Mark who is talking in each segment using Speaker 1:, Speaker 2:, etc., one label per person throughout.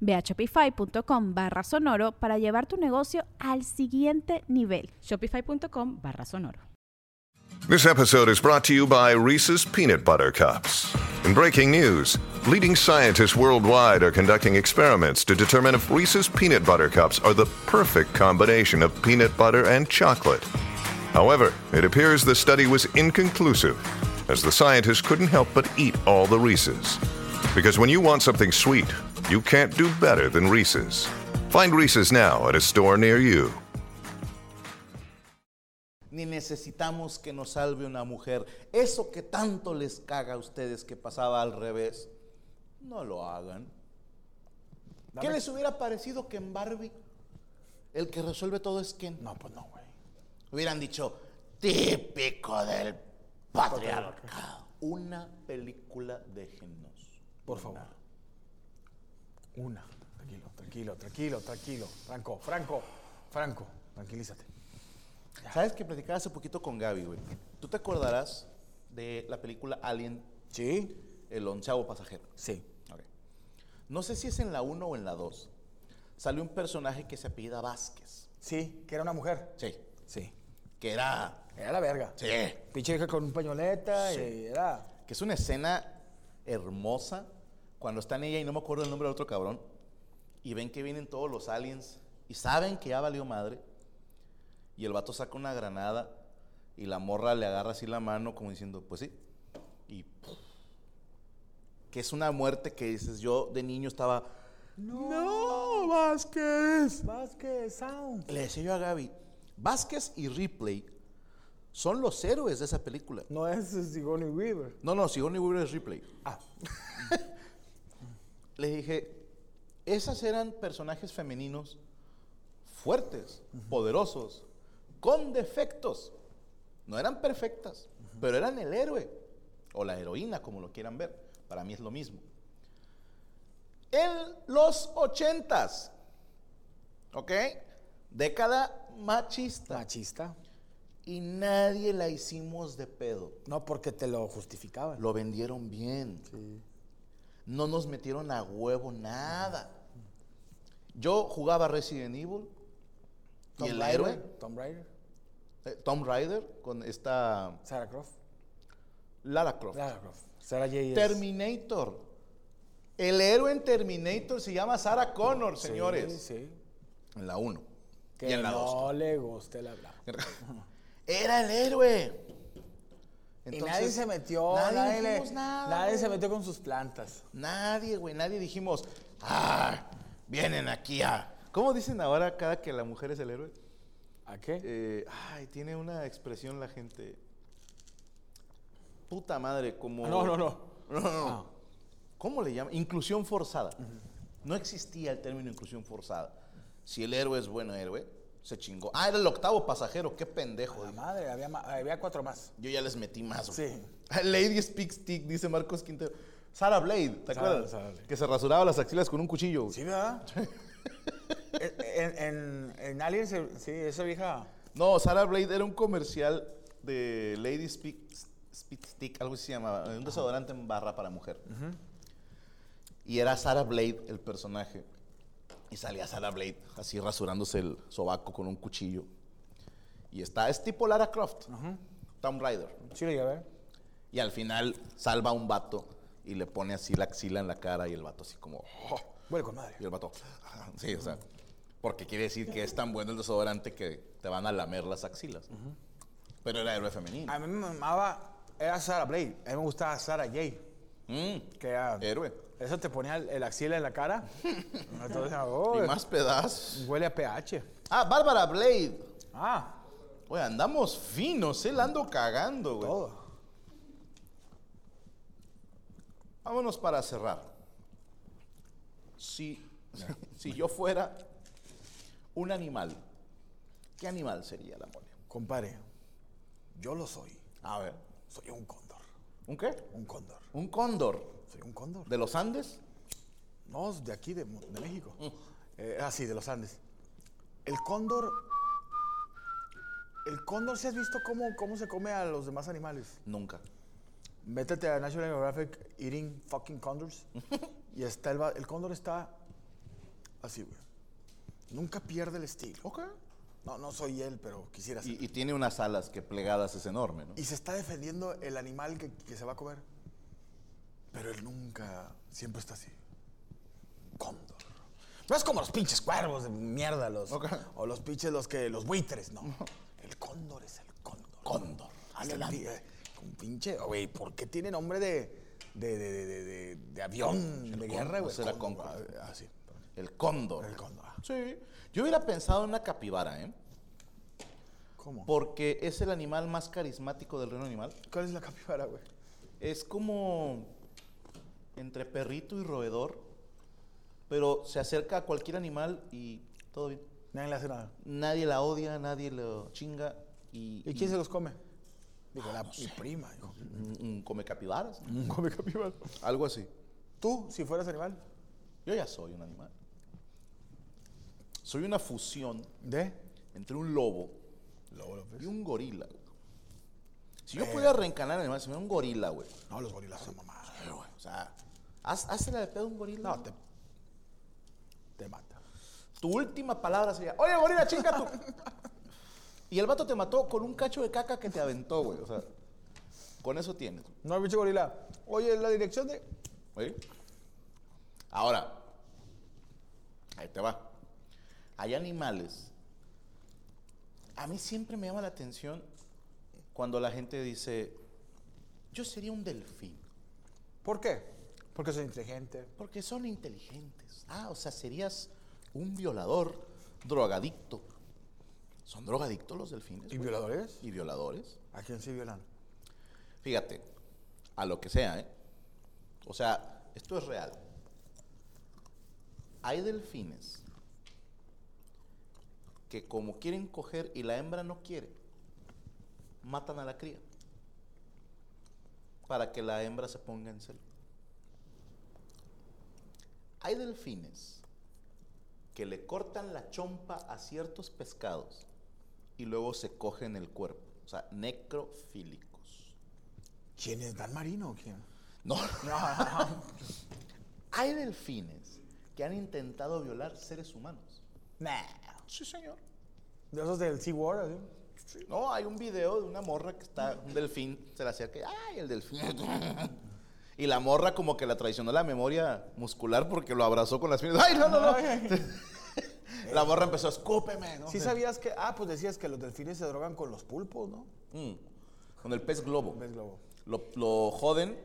Speaker 1: Ve a shopify.com barra sonoro para llevar tu negocio al siguiente nivel.
Speaker 2: Shopify.com barra sonoro.
Speaker 3: This episode is brought to you by Reese's Peanut Butter Cups. In breaking news, leading scientists worldwide are conducting experiments to determine if Reese's Peanut Butter Cups are the perfect combination of peanut butter and chocolate. However, it appears the study was inconclusive, as the scientists couldn't help but eat all the Reese's. Because when you want something sweet, you can't do better than Reese's. Find Reese's now at a store near you.
Speaker 4: Ni necesitamos que nos salve una mujer. Eso que tanto les caga a ustedes que pasaba al revés, no lo hagan. ¿Qué les hubiera parecido que en Barbie el que resuelve todo es Ken?
Speaker 5: No, pues no, güey.
Speaker 4: Hubieran dicho, típico del patriarcado. Una película, déjennos.
Speaker 5: Por favor. Una. Tranquilo, tranquilo, tranquilo, tranquilo. Franco, Franco, Franco, tranquilízate.
Speaker 4: ¿Sabes que platicaba hace poquito con Gaby, güey? ¿Tú te acordarás de la película Alien,
Speaker 5: ¿Sí?
Speaker 4: el onceavo pasajero?
Speaker 5: Sí.
Speaker 4: Ok. No sé si es en la 1 o en la 2. Salió un personaje que se apellida Vázquez.
Speaker 5: Sí, que era una mujer.
Speaker 4: Sí.
Speaker 5: Sí.
Speaker 4: Que era...
Speaker 5: Era la verga.
Speaker 4: Sí.
Speaker 5: Pinche vieja con un pañoleta y era.
Speaker 4: Que es una escena hermosa cuando están ella y no me acuerdo el nombre del otro cabrón. Y ven que vienen todos los aliens y saben que ya valió madre. Y el vato saca una granada y la morra le agarra así la mano como diciendo, pues sí. Y ¡puf! que es una muerte que dices, yo de niño estaba, no, Vázquez.
Speaker 5: Vázquez, Sound.
Speaker 4: Le decía yo a Gaby, Vázquez y Ripley son los héroes de esa película.
Speaker 5: No es Sigourney Weaver.
Speaker 4: No, no, Sigourney Weaver es Ripley.
Speaker 5: Ah.
Speaker 4: Les dije, esas eran personajes femeninos fuertes, poderosos, con defectos. No eran perfectas, pero eran el héroe o la heroína, como lo quieran ver. Para mí es lo mismo. En los ochentas, ¿ok? Década machista.
Speaker 5: Machista.
Speaker 4: Y nadie la hicimos de pedo.
Speaker 5: No, porque te lo justificaban.
Speaker 4: Lo vendieron bien. No nos metieron a huevo nada. Yo jugaba Resident Evil.
Speaker 5: Tom
Speaker 4: y el
Speaker 5: Raider,
Speaker 4: héroe,
Speaker 5: Tom Raider.
Speaker 4: eh, Tom Rider, con esta
Speaker 5: Sarah Croft.
Speaker 4: Lara Croft.
Speaker 5: Sarah Croft. Sarah J. es-
Speaker 4: Terminator. El héroe en Terminator se llama Sarah Connor,
Speaker 5: Sí,
Speaker 4: señores.
Speaker 5: Sí.
Speaker 4: En la 1. Y
Speaker 5: Que
Speaker 4: en la 2.
Speaker 5: no le guste la bla.
Speaker 4: Era el héroe.
Speaker 5: y nadie
Speaker 4: Entonces,
Speaker 5: se metió,
Speaker 4: nadie,
Speaker 5: nadie,
Speaker 4: dijimos
Speaker 5: le-
Speaker 4: nada,
Speaker 5: nadie
Speaker 4: güey.
Speaker 5: se metió con sus plantas.
Speaker 4: Nadie, güey, nadie dijimos, ah, vienen aquí a... ¿Cómo dicen ahora cada que la mujer es el héroe?
Speaker 5: ¿A qué?
Speaker 4: Eh, ay, tiene una expresión la gente. Puta madre, como...
Speaker 5: Ah, no, no, no. Ah.
Speaker 4: No, no, no. ¿Cómo le llaman? Inclusión forzada. No existía el término inclusión forzada. Si el héroe es buen héroe, se chingó. Ah, era el octavo pasajero, qué pendejo.
Speaker 5: La
Speaker 4: dije.
Speaker 5: madre, había, ma- había cuatro más.
Speaker 4: Yo ya les metí más. güey.
Speaker 5: Sí.
Speaker 4: Lady Speaks Tick, dice Marcos Quintero. Sara Blade, ¿te
Speaker 5: Sarah-
Speaker 4: acuerdas?
Speaker 5: Sarah Blade.
Speaker 4: Que se rasuraba las axilas con un cuchillo. güey.
Speaker 5: Sí, ¿verdad? Eh, en, en, en Alien, se- sí, esa vieja.
Speaker 4: No, Sarah Blade era un comercial de Lady Speak, Speak Stick, algo así se llamaba, un desodorante en barra para mujer. Y era Sarah Blade el personaje. Y salía Sarah Blade así rasurándose el sobaco con un cuchillo. Y está, es tipo Lara Croft, Tomb Raider.
Speaker 5: Sí, lo llegué a ver.
Speaker 4: Y al final salva a un vato y le pone así la axila en la cara y el vato así como... "Oh".
Speaker 5: Bueno, con madre.
Speaker 4: Y el vato... Sí, o sea, porque quiere decir que es tan bueno el desodorante que te van a lamer las axilas. Pero era héroe femenino.
Speaker 5: A mí me mamaba, era Sarah Blade. A mí me gustaba Sarah J.
Speaker 4: Mm,
Speaker 5: Que era,
Speaker 4: héroe.
Speaker 5: Eso te ponía el, el axila en la cara. Entonces, oh,
Speaker 4: Y más pedazos.
Speaker 5: huele a pH.
Speaker 4: Ah, Bárbara Blade.
Speaker 5: Ah,
Speaker 4: Güey, andamos finos, él ando cagando, güey.
Speaker 5: todo.
Speaker 4: Vámonos para cerrar. Si, si yo fuera un animal, ¿qué animal sería la mole?
Speaker 5: Compare, yo lo soy.
Speaker 4: A ver.
Speaker 5: Soy un cóndor.
Speaker 4: ¿Un qué?
Speaker 5: Un cóndor.
Speaker 4: Un cóndor.
Speaker 5: Soy un cóndor.
Speaker 4: ¿De los Andes?
Speaker 5: No, de aquí, de, Mo- de México. Eh, ah, sí, de los Andes. El cóndor. El cóndor, si has visto cómo, cómo se come a los demás animales.
Speaker 4: Nunca.
Speaker 5: Métete a National Geographic Eating Fucking Condors. y está el, va- el cóndor está así, güey. Nunca pierde el estilo.
Speaker 4: Ok.
Speaker 5: No, no soy él, pero quisiera ser.
Speaker 4: Y, y tiene unas alas que plegadas es enorme, ¿no?
Speaker 5: Y se está defendiendo el animal que, que se va a comer. Pero él nunca, siempre está así. Cóndor. No es como los pinches cuervos de mierda, los,
Speaker 4: Ok.
Speaker 5: o los pinches los que, los buitres, no. El cóndor es el cóndor.
Speaker 4: Cóndor.
Speaker 5: Hasta el pi- eh, Un pinche, güey, ¿por qué tiene nombre de, de, de, de, de, de- de avión de
Speaker 4: cóndor,
Speaker 5: guerra,
Speaker 4: no
Speaker 5: güey?
Speaker 4: será
Speaker 5: Cóndor,
Speaker 4: Concorde.
Speaker 5: ah, sí.
Speaker 4: El cóndor.
Speaker 5: El cóndor. Ah,
Speaker 4: Sí. Yo hubiera pensado en una capibara, ¿eh?
Speaker 5: ¿Cómo?
Speaker 4: Porque es el animal más carismático del reino animal.
Speaker 5: ¿Cuál es la capibara, güey?
Speaker 4: Es como entre perrito y roedor, pero se acerca a cualquier animal y todo bien.
Speaker 5: Nadie le hace nada.
Speaker 4: Nadie la odia, nadie lo chinga y,
Speaker 5: ¿Y quién se los come? Digo, la, mi prima, digo.
Speaker 4: un- un mm, come capibaras,
Speaker 5: Come capibara.
Speaker 4: algo así.
Speaker 5: Tú, si fueras animal,
Speaker 4: Yo ya soy un animal. Soy una fusión
Speaker 5: ¿de?
Speaker 4: entre un lobo
Speaker 5: Lobo
Speaker 4: y
Speaker 5: López. Eh.
Speaker 4: un gorila. güey. Si yo pudiera reencarnar en animal, se me un gorila, güey.
Speaker 5: No, los gorilas son mamadas.
Speaker 4: Pero, güey, O sea, haz- hazle de pedo a un gorila.
Speaker 5: No, te, te mata.
Speaker 4: Tu última palabra sería, oye, gorila, chinga tú. y el vato te mató con un cacho de caca que te aventó, güey. O sea, con eso tienes.
Speaker 5: No, el bicho gorila. Oye, la dirección de...
Speaker 4: güey. Ahora, ahí te va. Hay animales. A mí siempre me llama la atención cuando la gente dice, yo sería un delfín.
Speaker 5: ¿Por qué? Porque soy inteligente.
Speaker 4: Porque son inteligentes. Ah, o sea, serías un violador, drogadicto. Son drogadictos los delfines.
Speaker 5: ¿Y
Speaker 4: güey?
Speaker 5: violadores?
Speaker 4: Y violadores.
Speaker 5: ¿A quién sí violan?
Speaker 4: Fíjate, a lo que sea, ¿eh? O sea, esto es real. Hay delfines que como quieren coger y la hembra no quiere, matan a la cría para que la hembra se ponga en celo. Hay delfines que le cortan la chompa a ciertos pescados y luego se cogen el cuerpo, o sea, necrofílicos.
Speaker 5: ¿Quién es Dan Marino o quién?
Speaker 4: No.
Speaker 5: No,
Speaker 4: Hay delfines que han intentado violar seres humanos.
Speaker 5: nah.
Speaker 4: Sí, señor.
Speaker 5: De esos del Sea War, así.
Speaker 4: No, hay un video de una morra que está, un delfín se le acerca y, ¡ay, el delfín! Y la morra como que la traicionó la memoria muscular porque lo abrazó con las piernas. ¡Ay, no, no, no! La morra empezó, escúpeme, ¿no?
Speaker 5: Sí sabías que... Ah, pues decías que los delfines se drogan con los pulpos, ¿no?
Speaker 4: Mm. Con el pez globo.
Speaker 5: Pez globo.
Speaker 4: Lo, lo joden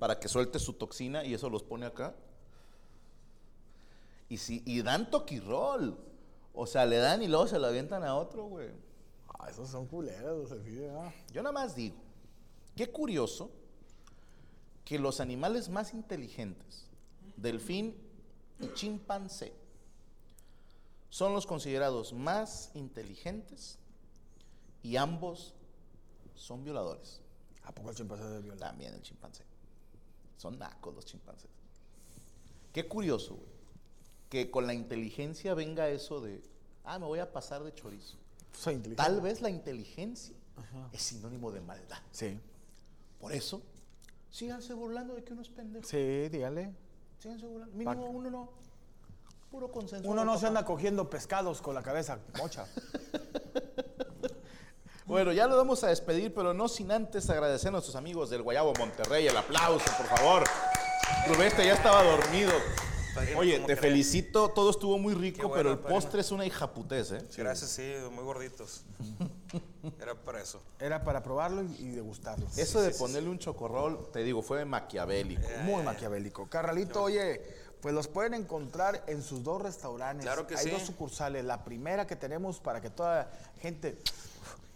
Speaker 4: para que suelte su toxina y eso los pone acá. Y, si, y dan toquirol. O sea, le dan y luego se lo avientan a otro, güey.
Speaker 5: Ah, esos son culeros los delfines, ah.
Speaker 4: Yo nada más digo, qué curioso que los animales más inteligentes, delfín y chimpancé, son los considerados más inteligentes y ambos son violadores.
Speaker 5: ¿A poco el chimpancé se viola?
Speaker 4: También el chimpancé. Son nacos los chimpancés. Qué curioso, güey. Que con la inteligencia venga eso de, ah, me voy a pasar de chorizo.
Speaker 5: Soy inteligente.
Speaker 4: Tal vez la inteligencia es sinónimo de maldad.
Speaker 5: Sí.
Speaker 4: Por eso, síganse burlando de que uno es pendejo.
Speaker 5: Sí, dígale.
Speaker 4: Síganse burlando. Mínimo
Speaker 5: Pac.
Speaker 4: uno no. Puro consenso.
Speaker 5: Uno no se
Speaker 4: papá.
Speaker 5: anda cogiendo pescados con la cabeza mocha.
Speaker 4: Bueno, ya lo vamos a despedir, pero no sin antes agradecer a nuestros amigos del Guayabo Monterrey. El aplauso, por favor. Rubén este ya estaba dormido.
Speaker 6: padrino,
Speaker 4: Oye,
Speaker 6: ¿cómo
Speaker 4: te
Speaker 6: creen?
Speaker 4: felicito, todo estuvo muy rico,
Speaker 6: bueno,
Speaker 4: pero el
Speaker 6: padrino.
Speaker 4: postre es una hijaputez, ¿eh?
Speaker 6: Gracias, sí, muy gorditos. Era para eso.
Speaker 5: Era para probarlo y, y degustarlo.
Speaker 4: Eso de ponerle un chocorrol, te digo, fue maquiavélico.
Speaker 5: Muy maquiavélico. Carralito, oye, pues los pueden encontrar en sus dos restaurantes.
Speaker 6: Claro que
Speaker 5: Hay
Speaker 6: sí.
Speaker 5: dos sucursales. La primera que tenemos para que toda gente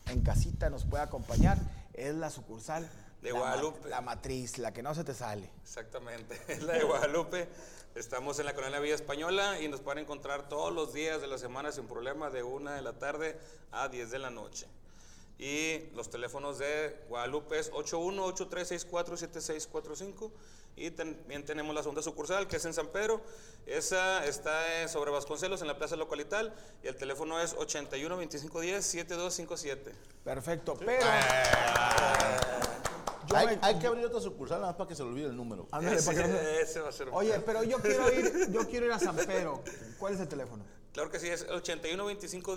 Speaker 5: en casita nos pueda acompañar es la sucursal
Speaker 6: De
Speaker 5: la ma-
Speaker 6: Guadalupe.
Speaker 5: La, matriz, la que no se te sale.
Speaker 6: Exactamente, es la de Guadalupe. Estamos en la colonia Villa Española y nos pueden encontrar todos los días de la semana sin problema, de 1 de la tarde a 10 de la noche. Y los teléfonos de Guadalupe es 81-8364-7645. Y también tenemos la segunda sucursal que es en San Pedro. Esa está eh, sobre Vasconcelos, en la plaza localital. Y el teléfono es 81-2510-7257.
Speaker 5: Perfecto. Pero.
Speaker 6: Eh.
Speaker 5: Yo
Speaker 4: Hay,
Speaker 5: me-
Speaker 4: hay que abrir otra sucursal nada más para que se le olvide el número.
Speaker 5: Ándale, para que no se-
Speaker 6: Ese va a ser.
Speaker 5: Oye, pero yo quiero ir, yo quiero ir a San Pedro. ¿Cuál es el teléfono?
Speaker 6: Claro que sí, es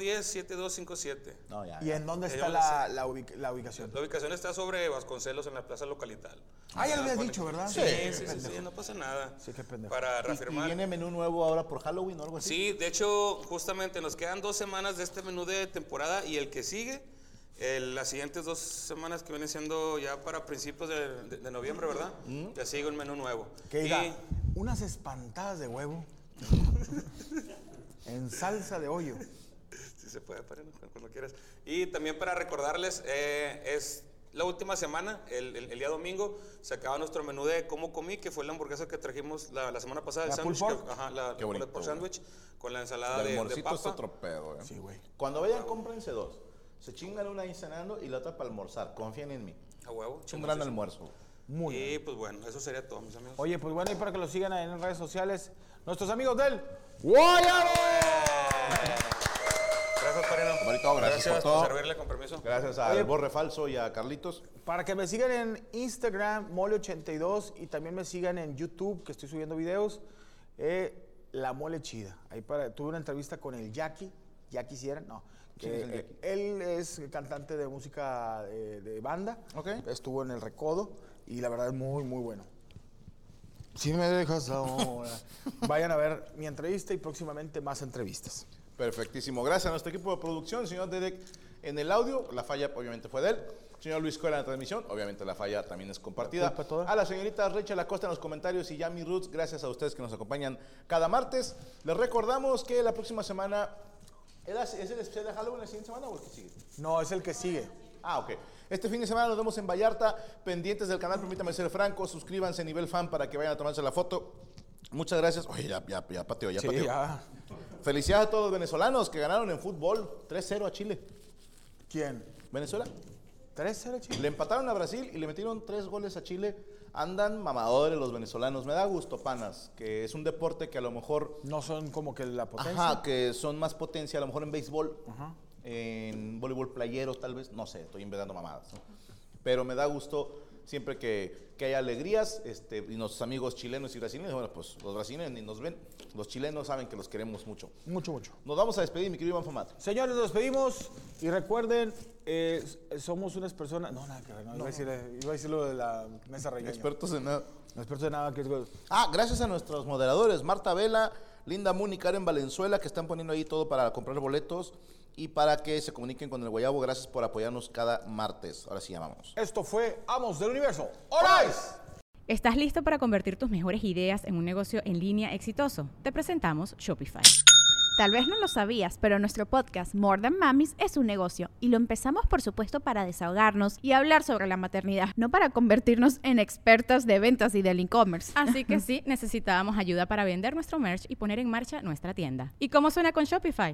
Speaker 6: 81-2510-7257.
Speaker 4: No, ya.
Speaker 5: ¿Y en Eh, dónde está
Speaker 6: yo
Speaker 5: la, la ubic- la ubicación?
Speaker 6: La ubicación está sobre Vasconcelos en la plaza localital.
Speaker 5: Ah, ya lo habías dicho, ¿verdad?
Speaker 6: Sí, sí, sí, sí, no pasa nada.
Speaker 5: Sí, qué pendejo.
Speaker 6: Para
Speaker 4: Y- y,
Speaker 6: reafirmar.
Speaker 4: viene menú nuevo ahora por Halloween o algo así.
Speaker 6: Sí, de hecho, justamente nos quedan dos semanas de este menú de temporada y el que sigue, el- las siguientes dos semanas que vienen siendo ya para principios de, de- de noviembre, ¿verdad?
Speaker 5: Mm.
Speaker 6: Ya sigue un menú nuevo.
Speaker 5: Que
Speaker 6: Y-
Speaker 5: diga, unas espantadas de huevo en salsa de hoyo.
Speaker 6: Si se puede, paren, cu- cuando quieras. Y también para recordarles, eh, es la última semana, el, el- el día domingo, se acaba nuestro menú de cómo comí, que fue la hamburguesa que trajimos la, la semana pasada, el
Speaker 5: ¿La
Speaker 6: sándwich.
Speaker 5: pulled pork?
Speaker 6: que- Ajá, la
Speaker 4: Qué bonito,
Speaker 6: pulled pork
Speaker 4: güey.
Speaker 6: sándwich con la ensalada ah, de, de papa.
Speaker 4: pedo, eh.
Speaker 5: Sí, güey.
Speaker 4: Cuando vayan, cómprense dos. Se chingan una ahí cenando y la otra para almorzar. Confíen en mí.
Speaker 6: A huevo.
Speaker 4: Es un
Speaker 6: chingón,
Speaker 4: gran
Speaker 6: sí, sí.
Speaker 4: almuerzo.
Speaker 5: Muy bien.
Speaker 6: Y pues bueno, eso sería todo, mis amigos.
Speaker 5: Oye, pues bueno, y para que lo sigan en redes sociales, nuestros amigos del Guayabo.
Speaker 6: Gracias, Parino.
Speaker 4: Marito, gracias por todo.
Speaker 6: servirle con permiso.
Speaker 4: Gracias a
Speaker 5: Oye.
Speaker 4: Borre Falso y a Carlitos.
Speaker 5: Para que me sigan en Instagram, mole82, y también me sigan en YouTube, que estoy subiendo videos, eh, La Mole Chida. Ahí para, tuve una entrevista con el Jackie, Jackie Sierra, no.
Speaker 4: ¿Quién
Speaker 5: que,
Speaker 4: es el
Speaker 5: eh, él es cantante de música eh, de banda,
Speaker 4: Ok.
Speaker 5: estuvo en El Recodo, y la verdad es muy, muy bueno. Si me dejas ahora. Vayan a ver mi entrevista y próximamente más entrevistas.
Speaker 4: Perfectísimo. Gracias a nuestro equipo de producción, señor Dedek en el audio. La falla obviamente fue de él. Señor Luis Cuela en la transmisión, obviamente la falla también es compartida.
Speaker 5: La culpa toda.
Speaker 4: A la señorita Rachel Acosta en los comentarios y Yami Roots, gracias a ustedes que nos acompañan cada martes. Les recordamos que la próxima semana. ¿Es la- es el especial de Halloween la siguiente semana o el que sigue?
Speaker 5: No, es el que sigue.
Speaker 4: Ah, ok. Este fin de semana nos vemos en Vallarta, pendientes del canal, permítame ser franco, suscríbanse a nivel fan para que vayan a tomarse la foto. Muchas gracias. Oye, ya, ya, ya pateó, ya
Speaker 5: Sí,
Speaker 4: pateó.
Speaker 5: ya.
Speaker 4: Felicidades a todos los venezolanos que ganaron en fútbol 3-0 a Chile.
Speaker 5: ¿Quién?
Speaker 4: Venezuela.
Speaker 5: ¿3-0, chicos?
Speaker 4: Le empataron a Brasil y le metieron tres goles a Chile. Andan mamadores los venezolanos. Me da gusto, panas, que es un deporte que a lo mejor...
Speaker 5: No son como que la potencia.
Speaker 4: Ajá, que son más potencia a lo mejor en béisbol, en voleibol playero tal vez, no sé, estoy inventando mamadas. ¿no? Pero me da gusto siempre que, que haya alegrías este, y nuestros amigos chilenos y brasileños, bueno, pues los brasileños ni nos ven, los chilenos saben que los queremos mucho.
Speaker 5: Mucho, mucho.
Speaker 4: Nos vamos a despedir, mi querido Iván Famat.
Speaker 5: Señores, nos despedimos y recuerden, eh, s- somos unas personas. No, nada que ver, no, iba, a decir, eh, iba a decir lo de la mesa reñoña.
Speaker 4: Expertos en nada.
Speaker 5: No experto de nada, que es güey.
Speaker 4: Ah, gracias a nuestros moderadores, Marta Vela, Linda Moon y Karen Valenzuela, que están poniendo ahí todo para comprar boletos y para que se comuniquen con el Guayabo. Gracias por apoyarnos cada martes. Ahora sí llamamos.
Speaker 5: Esto fue Amos del Universo. ¡Orais!
Speaker 2: ¿Estás listo para convertir tus mejores ideas en un negocio en línea exitoso? Te presentamos Shopify.
Speaker 1: Tal vez no lo sabías, pero nuestro podcast More Than Mamis es un negocio y lo empezamos por supuesto para desahogarnos y hablar sobre la maternidad, no para convertirnos en expertas de ventas y del e-commerce. Ah,
Speaker 2: Así que sí, necesitábamos ayuda para vender nuestro merch y poner en marcha nuestra tienda. ¿Y cómo suena con Shopify?